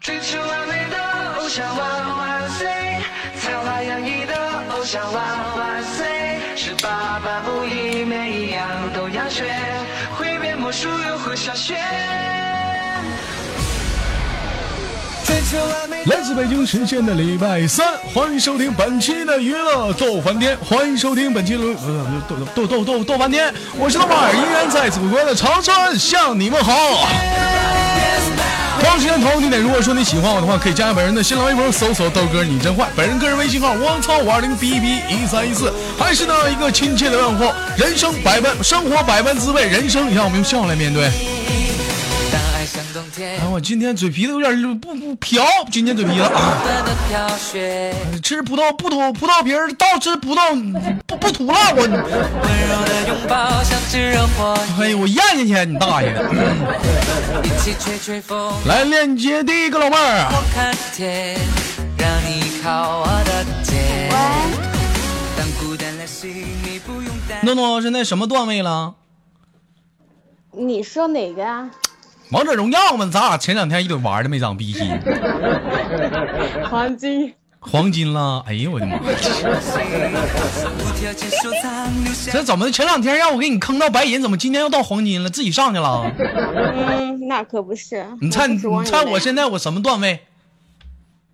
追求完美的偶像万万岁，才华洋溢的偶像万万岁，是八般武艺每一样都要学，会变魔术又会小学。追求完美来自北京时间的礼拜三，欢迎收听本期的娱乐逗翻天，欢迎收听本期的呃逗逗逗逗逗翻天，我是豆瓣儿，依然在祖国的长春向你们好。同样时间同样地点，如果说你喜欢我的话，可以加本人的新浪微博，搜索豆哥你真坏，本人个人微信号我操五二零 b b 一三一四，还是那一个亲切的问候，人生百般，生活百般滋味，人生让我们用笑来面对。当爱像冬天哎，我今天嘴皮子有点不不瓢，今天嘴皮子。啊般的飘雪，吃葡萄不吐葡萄皮儿，倒吃葡萄不不吐了。我，温柔的拥抱像炙热火哎呀，我咽下去，你大爷的！ 焰，一起吹吹风，来链接第一个老妹儿啊，我看见，让你靠我的肩。当孤单来袭，你不用担诺诺现在什么段位了？你说哪个啊？王者荣耀嘛，咱俩前两天一起玩的没长逼心，哎黄金黄金了。哎呦我的 妈！无条件收藏，留下这怎么前两天让我给你坑到白银，怎么今天又到黄金了？自己上去了？啊嗯，那可不是。你猜不你是王者猜嘞我现在我什么段位？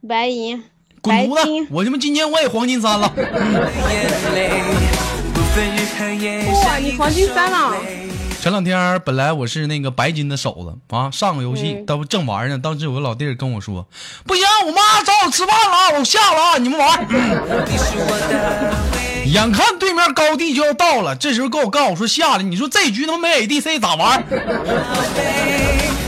白银，滚白犊金子！，我他妈今天我也黄金三了。眼泪，不分日和夜。哇，你黄金三了，前两天儿本来我是那个白金的手子啊，上个游戏嗯当正玩儿呢，当时有个老弟儿跟我说，不行，我妈找我吃饭了啊，我下了啊，你们玩儿。你是我的唯 眼看对面高地就要到了，这时候跟我告我说下了，你说这局他妈没 ADC 咋玩儿？一。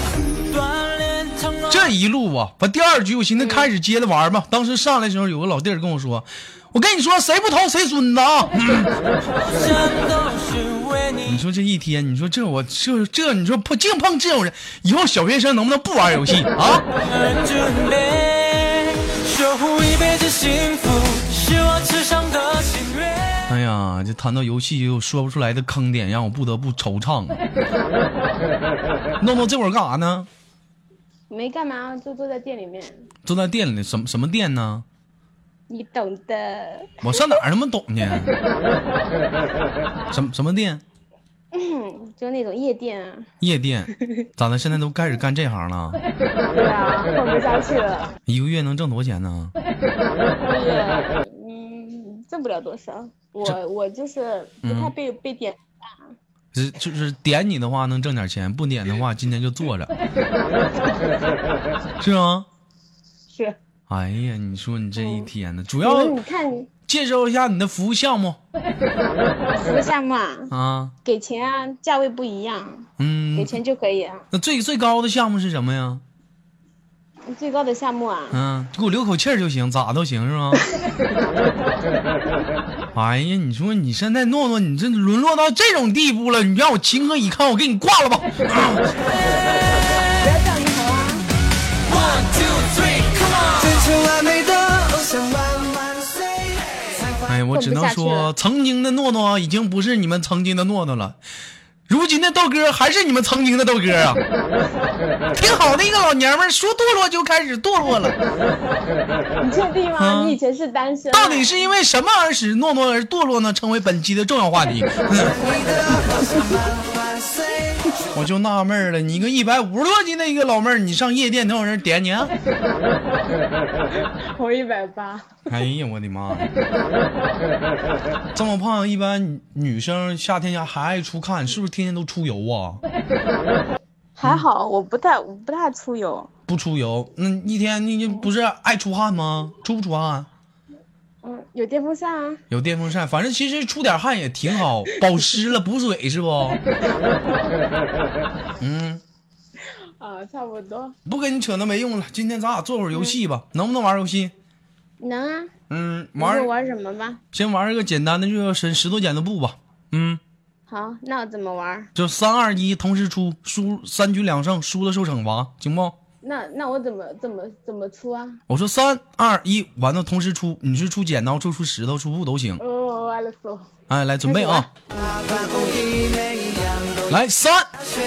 锻炼从容这一路啊，把第二局我寻思开始接着玩儿吧，当时上来的时候有个老弟儿跟我说，我跟你说谁不投谁孙子啊。这都是为你你。说这一天，你说这我这这，你说碰净碰这种人，以后小学生能不能不玩儿游戏啊？而准备，守护一辈子幸福，是我至上的心愿。哎呀，这谈到游戏又说不出来的坑点，让我不得不惆怅。诺诺这会儿干啥呢？没干嘛，就坐在店里面，坐在店里，什么什么店呢？你懂的。我上哪儿他妈懂去？什么什么店？嗯，就那种夜店啊，夜店？咋的？现在都开始干这行了？对啊，混不下去 了。一个月能挣多少钱呢？就是嗯，挣不了多少。我我就是不嗯太被、被点，是就是点你的话能挣点钱，不点的话今天就坐着，是吗？是。哎呀，你说你哦这一天呢，主你要们你看你介绍一下你的服务项目什么项目啊？啊，给钱啊，价位不一样，嗯给，钱就可以啊。那最最高的项目是什么呀？最高的项目啊，嗯，就给我留口气儿就行，咋都行是 吗？哎呀，你说你现在诺诺，你这沦落到这种地步了，你让我情何以堪？我给你挂了 吧！不要叫你好啊。 One two three come on，追求完美的偶像万万岁，才华哎呀，我只能混不下去说，了曾经的诺诺已经不是你们曾经的诺诺了，如今的豆哥还是你们曾经的豆哥 啊！挺好的一个老娘们儿，说堕落就开始堕落了，你确定吗？啊你以前是单身啊，到底是因为什么而使诺诺而堕落呢？成为本期的重要话题。你 的偶像万万岁，我就纳闷儿了，你一个一百五十多斤的一个老妹儿，你上夜店能有人点你啊？ 我一百八，哎呀，我的妈呀！这么胖，一般女生夏天家还爱出汗，是不是天天都出油啊？还好我不太我不太出油，不出油，那一天你就不是爱出汗吗？出不出汗？嗯，有电风扇啊，有电风扇，反正其实出点汗也挺好，保湿了补水是不？嗯， 啊，差不多，不跟你扯那没用了。今天咱俩做会儿游戏吧，能不能玩游戏？能啊，嗯，你会玩玩什么吧？先玩一个简单的，就是石石头剪刀布吧。嗯。好，那我怎么玩？就三二一同时出，输三局两胜，输了受惩罚，行不？那那我怎么怎么怎么出啊？我说三二一，完了同时出，你是出剪刀，就出石头，出布都行。哦，完了说，哎，来准备啊！八般武艺每一样都来三学，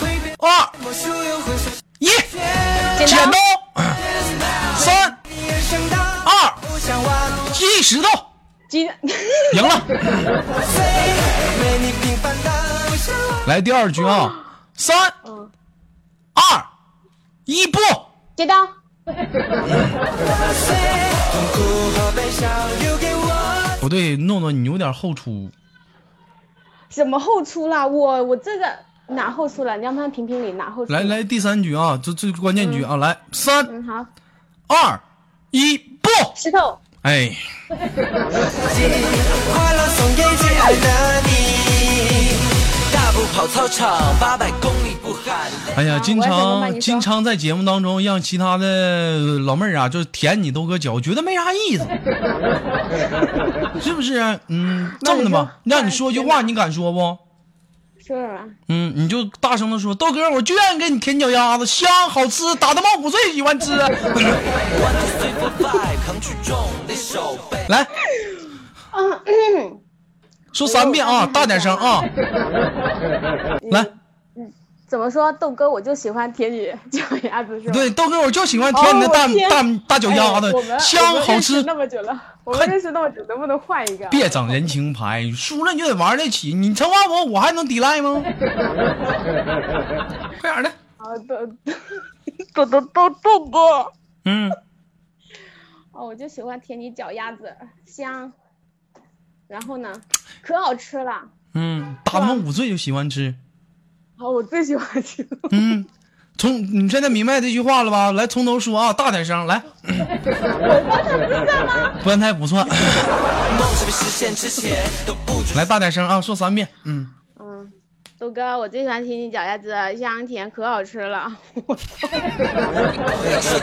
会变二魔术又会一，学。剪刀。啊石头，鸡 蛋，赢了。来第二局啊，三嗯，二一，不，鸡蛋，不对，诺诺你有点后出，怎么后出了？我我这个哪后出了？你让他评评理，哪后出？来，来第三局啊，这最关键局啊，来三嗯，好，二一，不，石头，哎，快乐送给最爱的你。大步跑操场，八百公里不喊累。哎呀，经啊我也想帮常你说经常在节目当中让其他的老妹儿啊，就是舔你豆哥脚，觉得没啥意 思，是不是？嗯，这么的吧，那你让你说说句话，你敢说不？说什么？嗯，你就大声的说，豆哥，我就愿意给你舔脚丫子，香好吃，打的冒虎最喜欢吃。 One two three four five，扛举重的手背。来，啊 说三遍哎啊，大点声啊！来，怎么说？豆哥，我就喜欢舔你脚丫子，是吧？对，豆哥，我就喜欢舔你的哦大我天大大脚丫哎子我们，我香们好认识吃。那么久了，我快们认识那么久，能不能换一个？啊别整人情牌，输了你就得玩得起。你惩罚我，我还能抵赖吗？ 快点儿的，啊，豆豆豆豆豆哥，嗯，哦，我就喜欢舔你脚丫子，香。然后呢，可好吃了。嗯，打满五岁就喜欢吃，哦，我最喜欢吃。嗯， 从你现在明白这句话了吧？来，从头说啊，大点声，来，不刚才不算，梦是被实现之前都不准。来大点声啊，说三遍，嗯，嗯， 豆哥，我最喜欢舔你脚丫子，香甜，可好吃了。你说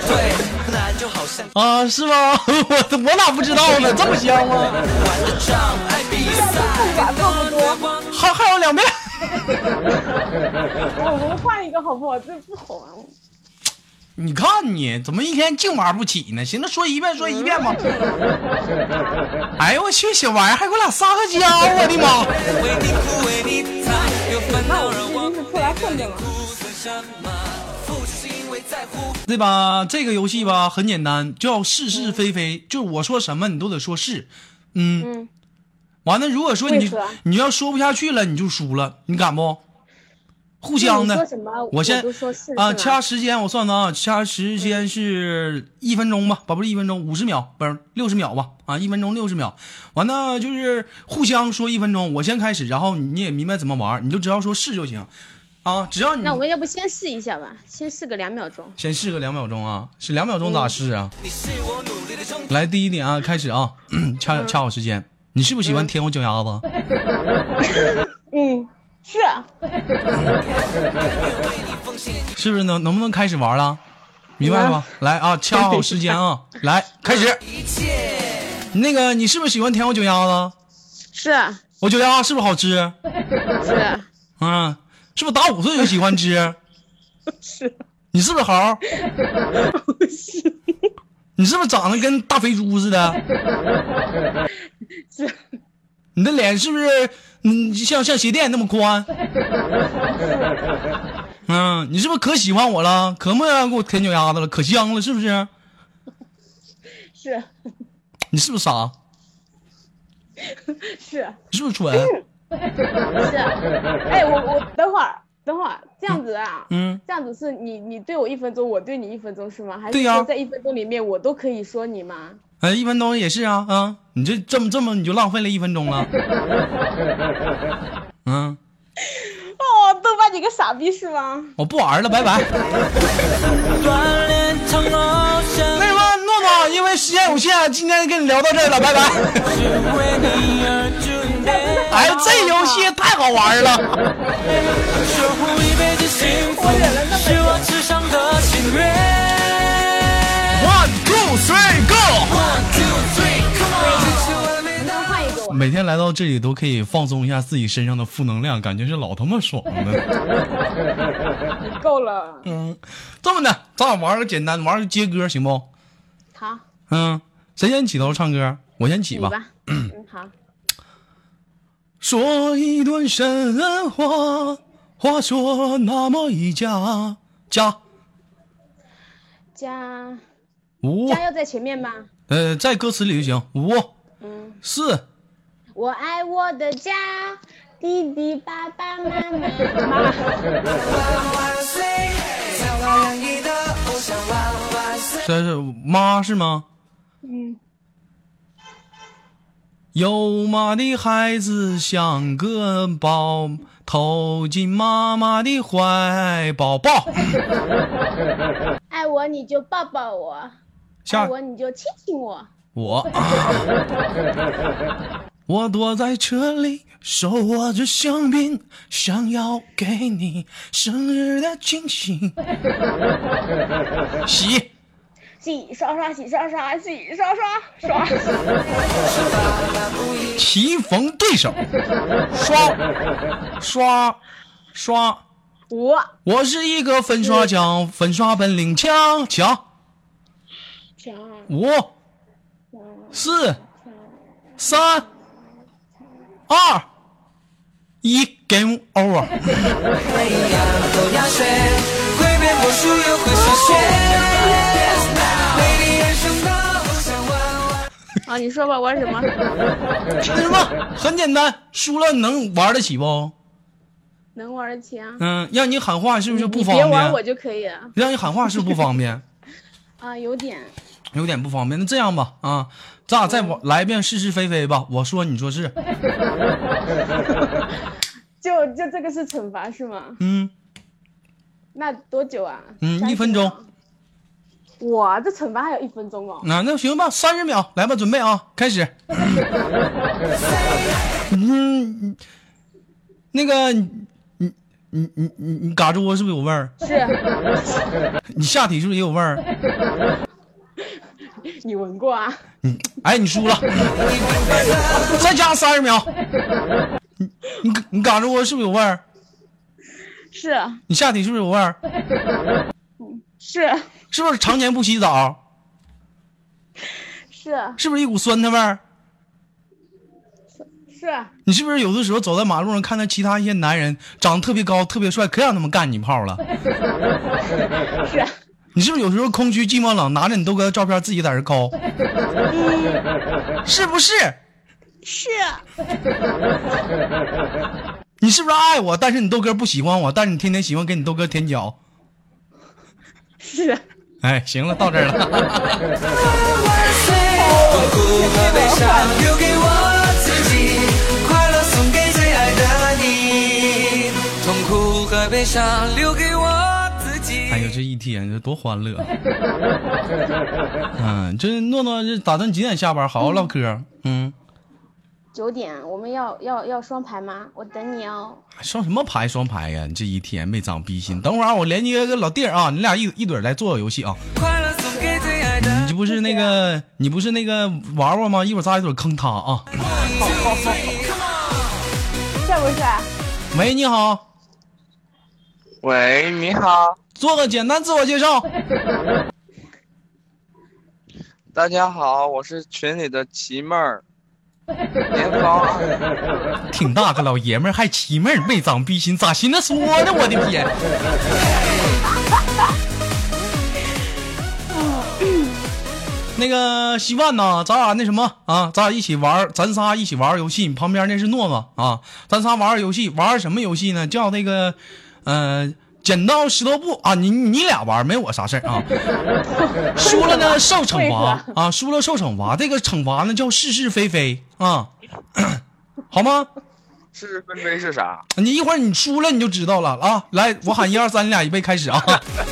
对，难就好像啊，是吗？ 我我哪不知道呢？这么香啊吗？玩的障碍比赛。还还有两遍， 我们换一个好不好？这不好啊玩。你看你怎么一天净玩不起呢？寻思说一遍说一遍吧。哎呦我去，小玩意儿还给我俩撒个娇，我的妈！为你哭，为你擦，有烦恼让我已经是出来混的了。哭算什么？付出是因为在乎。对吧？这个游戏吧很简单，叫是是非非，就是我说什么你都得说是，嗯，嗯，完了，如果说你为何你要说不下去了，你就输了，你敢不？互相你的嗯说什么，我先都说是嗯啊，是掐吗时间，我算算啊，掐时间是一分钟吧，不不是一分钟，五十秒，不是六十秒吧？啊，一分钟六十秒，完了就是互相说一分钟，我先开始，然后你也明白怎么玩儿，你就只要说是就行，啊，只要你那我们要不先试一下吧，先试个两秒钟。先试个两秒钟啊，是两秒钟嗯咋试啊？你是我努力的终来，第一点啊，开始啊， 掐掐好时间。你是不是喜欢舔我脚丫子？嗯，是。是不是能能不能开始玩了？明白了吧？来 啊，掐好时间啊，来开始。一切。那个，你是不是喜欢舔我脚丫子？ 是我脚丫子是不是好 吃？是嗯，是不是打五岁就喜欢吃？是你 是不是猴？你是不是长得跟大肥猪似的？ 是你的脸是不是嗯像像鞋垫那么 宽？嗯，你是不是可喜欢我了？可么给我舔脚丫子了，可香了，是不是？是你是不是傻？是是。你是不是蠢？哎，我我等会儿等会儿这样子啊，嗯这样子是你你对我一分钟，我对你一分钟是吗？还对是呀说在一分钟里面我都可以说你吗？哎，一分钟也是啊啊！你这这么这么你就浪费了一分钟了。 嗯，哦，豆瓣你个傻逼是吗？我不玩了，拜拜。锻炼成翱翔，那什么，诺诺，因为时间有限，今天跟你聊到这儿了，拜拜。只为你而准备。哎，这游戏太好玩了。守护一辈子幸福，是我至上的心愿。 One two three go。 One two three, come on！那换一个我。每天来到这里都可以放松一下自己身上的负能量，感觉是老他妈爽了。够了。嗯，这么的，咱俩玩个简单，玩个接歌行不？好，嗯，谁先起头唱歌？我先起你吧。吧。嗯，好。说一段神话，话说那么一家家加五加要在前面吗？呃，在歌词里就行。五嗯，是我爱我的家，弟弟、爸爸妈妈。 妈万万岁！像我洋溢的偶像万万岁！这是妈是吗？嗯，有妈的孩子像个宝，投进妈妈的怀抱。抱爱我你就抱抱我，爱下我你就亲亲我。我， 我躲在车里，手握着香槟，想要给你生日的惊喜。 洗，洗刷刷，洗刷刷，洗刷刷，刷洗。 棋逢对手，刷，刷，刷。五我是一个粉刷匠，粉刷本领强，强。强五、四、三、二、一，game over。每一样都要学，会变魔术又会数学。美丽人生的偶像万万 啊，你说吧，玩什 么？那什么，很简单，输了能玩得起不？能玩得起啊？嗯，让你喊话是不是就不你方别玩我便？就可以啊，让你喊话是不是不方便？ 啊有点。有点不方便。那这样吧，啊，咱俩再玩来一遍是是非非吧。我说你说是，就就这个是惩罚是吗？嗯那多久啊？嗯， 30一分钟秒。。哇，这惩罚还有一分钟哦。那、那行吧，三十秒，来吧，准备啊，开始。 嗯，那个，你你你你你嘎吱窝是不是有味儿？是啊你下体是不是也有味儿？ 你闻过啊？你哎，你输了，再加三十秒。你你你嘎吱窝是不是有味儿？是啊你下体是不是有味儿？是啊是不是常年不洗澡？是啊是不是一股酸的味儿？是啊你是不是有的时候走在马路上看到其他一些男人长得特别高、特别帅，可想他们干你一炮了？是，啊你是不是有时候空虚、寂寞、冷，拿着你豆哥的照片自己在这儿抠？是不是？是啊你是不是爱我？但是你豆哥不喜欢我，但是你天天喜欢给你豆哥舔脚。是啊哎，行了，到这儿了。岁！痛苦和悲伤留给我自己，快乐送给最爱的你。痛苦和悲伤留给我自己。哎呦，这一天这多欢 乐！啊嗯，这诺诺这打算几点下班？好好唠嗑。嗯，九点，我们要要要双排吗？我等你哦。上什么牌双牌呀？你这一天没长逼心。等会儿啊我连接个老弟儿啊，你俩一一对儿来做个游戏啊。快乐送给最爱的你这不是那个你不是那个娃娃吗？一会儿咱俩一对儿坑他啊。帅不帅？喂，你好。喂，你好，做个简单自我介绍。大家好，我是群里的奇妹儿，年方二挺大个老爷们儿，还七妹儿，没长逼心，咋寻思说呢？我的天！ 那个希望呢，咱俩那什么啊，咱俩一起玩儿，咱仨一起玩儿游戏。你旁边那是诺诺啊，咱仨玩儿游戏，玩儿什么游戏呢？叫那个，呃，剪刀石头布啊，你你俩玩儿，没我啥事儿啊。输了呢受惩罚啊，输了受惩罚，这个惩罚呢叫是是非非啊， 好吗？是是非非是啥？你一会儿你输了你就知道了啊！来，我喊一二三，你俩一备开始啊！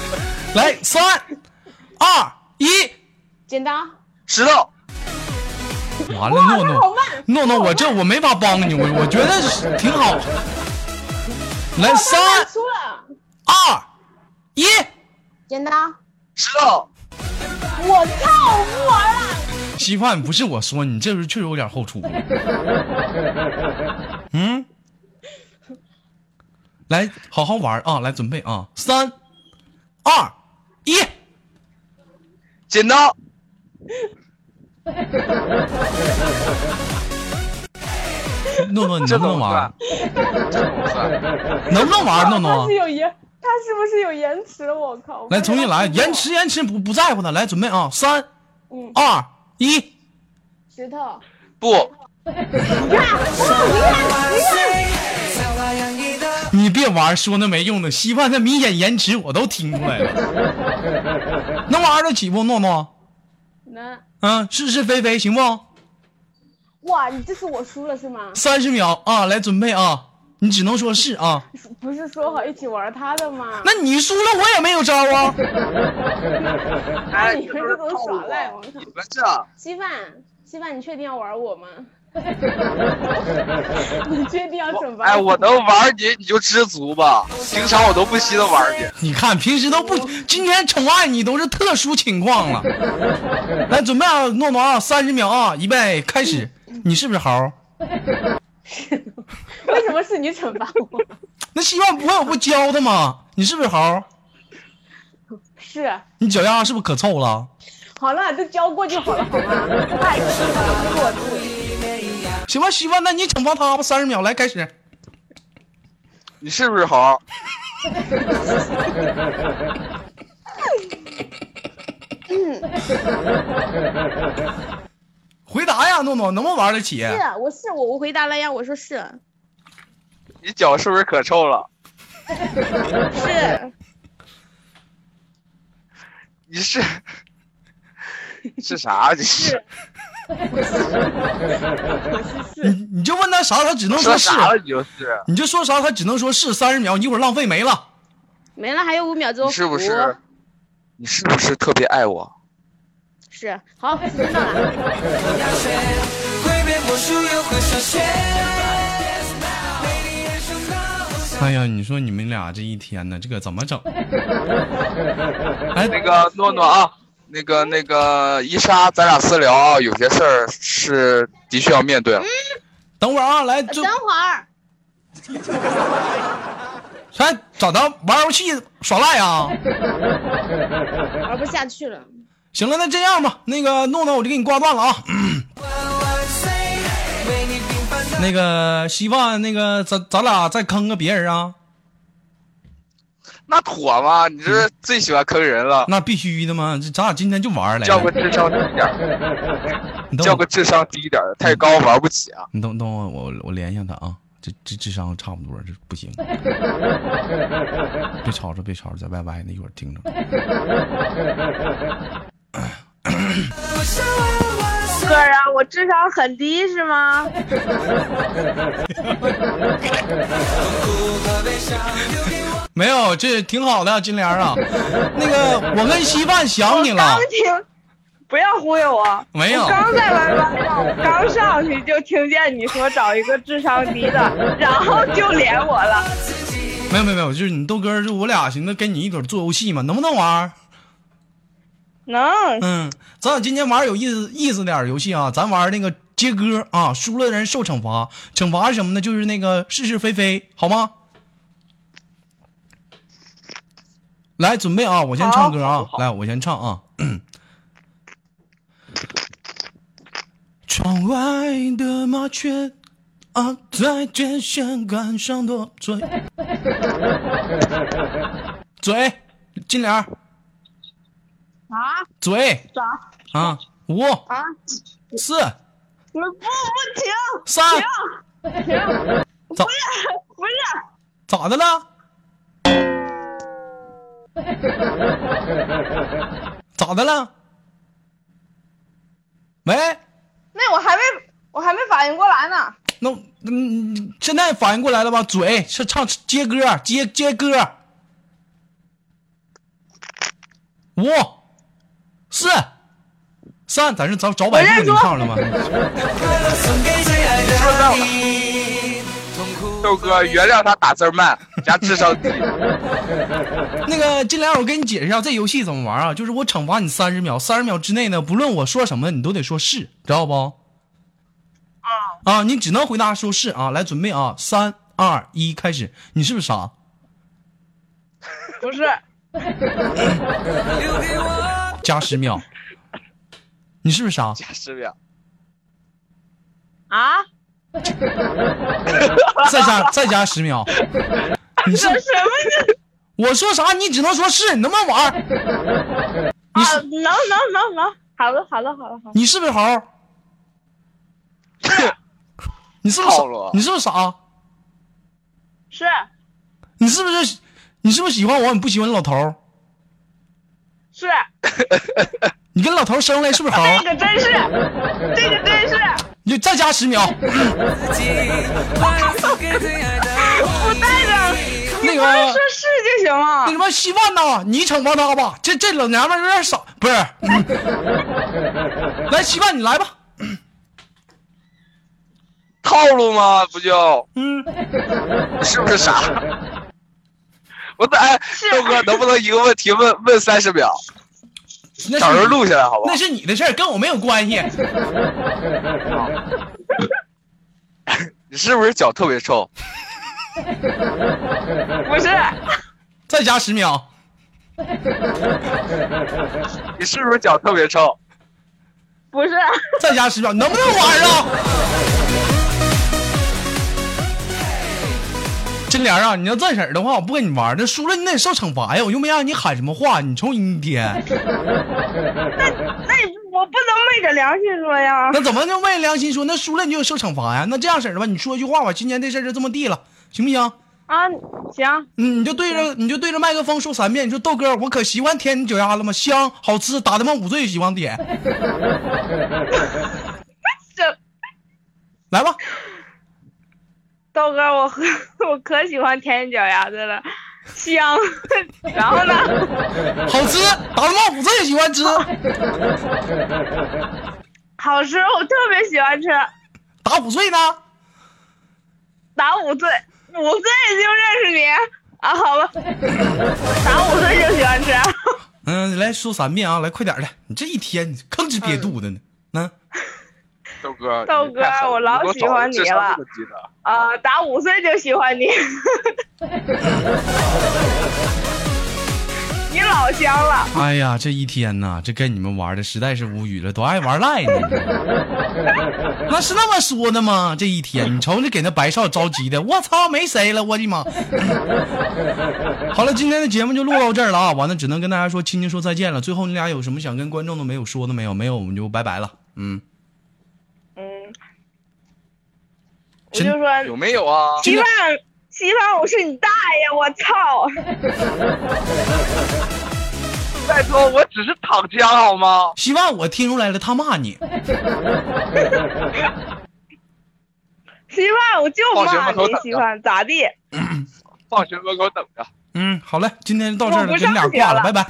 来，三、二、一，剪刀。石头，完了，诺好诺，慢。诺诺，我这我没法帮你，我我觉得是挺好。来，三、慢慢啊出了。二、一，剪刀。石头，我操！我不玩了。稀饭不是我说你，这时候确实有点后出。 嗯，来，好好玩啊！来，准备啊，三、二、一，剪刀，诺诺，你这能不能总玩算？，这总算，能不能玩，诺他诺是？有延，他是不是有延迟了？我靠！啊来，重新来，我不知道延。迟延迟不不在乎他，来准备啊，三嗯，二一，石头。不，你别玩儿说那没用的，稀饭那明显延迟我都听出来了。那玩意儿得起不，诺诺？那嗯，是是非非行不？哇，你这是我输了是吗？三十秒啊，来准备啊，你只能说是啊。不是说好一起玩他的吗？那你输了，我也没有招啊。哎，你你们们这种套耍赖，我我，靠！你们这稀饭，稀饭，你确定要玩我吗？ 你确定要惩罚？哎， 我能玩你你就知足吧，平常我都不稀得玩你。你看平时都不，今天宠爱你都是特殊情况了。来准备啊，诺诺啊，三十秒啊，预备开始。你是不是猴？为什么是你惩罚我？ 那希望不会我不教的吗？你是不是猴？是，你脚丫是不是可臭了？好了，都教过就好了，好吗？哎太气了，弱智！行吧，希望那你惩罚他吧，三十秒来开始。你是不是猴？回答呀，诺诺，能不能玩得起？是，我是我，我回答了呀，我说是你脚是不是可臭了？ 是，你是 是啥？你是你你就问他啥，他只能说说是。啥了？你就是你就说啥，他只能说是三十秒，一会儿浪费没了。没了，还有五秒钟，你是不五是？你是不是特别爱我？是，好，时间到了。哎呀，你说你们俩这一天呢，这个怎么 整？哎，那个诺诺啊，那个那个伊莎，咱俩私聊啊，有些事儿是的确要面对了。啊等会儿啊，来就等会儿，哎咋的？玩游戏耍赖啊？玩不下去了。行了，那这样吧，那个诺诺，我就给你挂断了啊。那个希望那个咱咱俩再坑个别人啊，那妥吗？你这是最喜欢坑人了，嗯那必须的嘛，这咱俩今天就玩儿来叫了个。智商低点儿，你等叫我个，智商低点儿，太高玩不起啊！你等等我，我我联想他啊，这这智商差不多，这不 行。别吵吵，别吵吵，在 YY 那一会儿听着。哥啊，我智商很低是吗？没有，这挺好的，金莲儿啊。那个，我跟稀饭想你我了刚，听，不要忽悠我。没有我刚在 YY 上，我刚上去就听见你说找一个智商低 的，然后就连我了。没有没有没有，就是你豆哥儿，就我俩寻思跟你一块儿做游戏嘛，能不能玩儿？能，嗯，咱俩今天玩儿有意思意思点儿游戏啊，咱玩儿那个接歌啊，输了的人受惩罚，惩罚是什么呢？就是那个是是非非，好吗？来，准备啊，我先唱歌啊，来，我先唱啊。 窗外的麻雀啊，在电线杆上多嘴，嘴，金莲儿啊嘴。啥啊，五啊？四不不停，三，咋不啊是，咋的 了？咋的了？喂，那我还没我还没反应过来呢。那嗯，你现在反应过来了吧？嘴是唱接歌，接接歌。五四三，咱是早早百我步，认你输看了吗？豆哥，原谅他打字儿慢，加智商低。那个金莲，我跟你解释一下这游戏怎么玩啊？就是我惩罚你三十秒，三十秒之内呢，不论我说什么，你都得说是，知道不？啊，你只能回答说是啊。来，准备啊，三二一，开始。你是不是傻？不是，加十秒。你是不是傻？加十秒， 啊，再加再加十秒。你是这什么 这？我说啥，你只能说是，你能不能玩儿？你啊，是能能能能，好了好了好了好了，你是不是猴？你是不是傻套路？你是不是傻？是你是不是你是不是喜欢我？你不喜欢老头儿？是，你跟老头儿生来是不是猴儿？这个真是，这个真是，你就再加十秒。不带着，那不是个说是就行啊了那。什么稀饭呐，你惩罚他吧。这这老娘们儿有点傻，不 是？来，稀饭你来吧。套路吗？不就嗯， 是不是傻？我咋哎豆哥能不能一个问题问问三十秒，那找是人你录下来好不好那？是你的事儿，跟我没有关系。你是不是脚特别臭？不是，再加十秒，你是不是脚特别臭？不是， 再加十秒，能不能玩啊？金莲啊，你要这色儿的话，我不跟你玩儿。这输了你得受惩罚呀！我又没让你喊什么话，你瞅你一天，那你我不能昧着良心说呀。那怎么就昧良心说？那输了你就受惩罚呀？那这样式儿的吧，你说一句话吧，今年这事儿就这么地了，行不行？啊，行，你你就对着你就对着麦克风说三遍，你说豆哥，我可喜欢舔你脚丫子吗？香，好吃，打他妈五岁也喜欢舔。这来吧，豆哥，我可 我可喜欢舔你脚丫子了，香。 然后呢，好吃，打他妈五岁也喜欢吃，好吃，我特别喜欢吃。打五岁呢？打五岁，五岁就认识你啊？好吧，打五岁就喜欢吃。嗯，来说三遍啊，来快点儿的，你这一天你吭哧瘪肚的呢，嗯，豆哥，豆哥你太狠了我老喜欢你了你给我找个智商这么低的啊，打五岁就喜欢你， 你老香了。哎呀，这一天呐，这跟你们玩的实在是无语了，都爱玩赖呢。那是那么说的吗？这一天，你瞅你给那白少着急的，我操，没谁了，我的妈！好了，今天的节目就录到这儿了啊，完了只能跟大家说亲亲说再见了。最后你俩有什么想跟观众的没有说的没有？没有我们就拜拜了。嗯，嗯，我真就说有没有 啊？希望希望我是你大爷，我操！ 拜托，我只是躺枪好吗？希望我听出来了，他骂你。希望我就骂放学门口你等，着希望咋地？放学门口等着。嗯，好嘞，今天就到这儿了，我不给你俩上学挂了，了拜拜。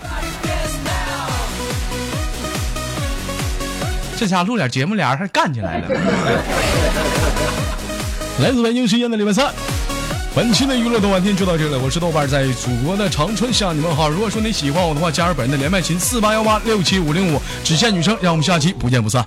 这下录点节目，俩人还干起来了。 来自北京时间的礼拜三，本期的娱乐豆瓣天就到这里了。我是豆瓣，在祖国的长春向你们好。如果说你喜欢我的话，加入本人的连麦群四八幺八六七五零五，只限女生。让我们下期不见不散。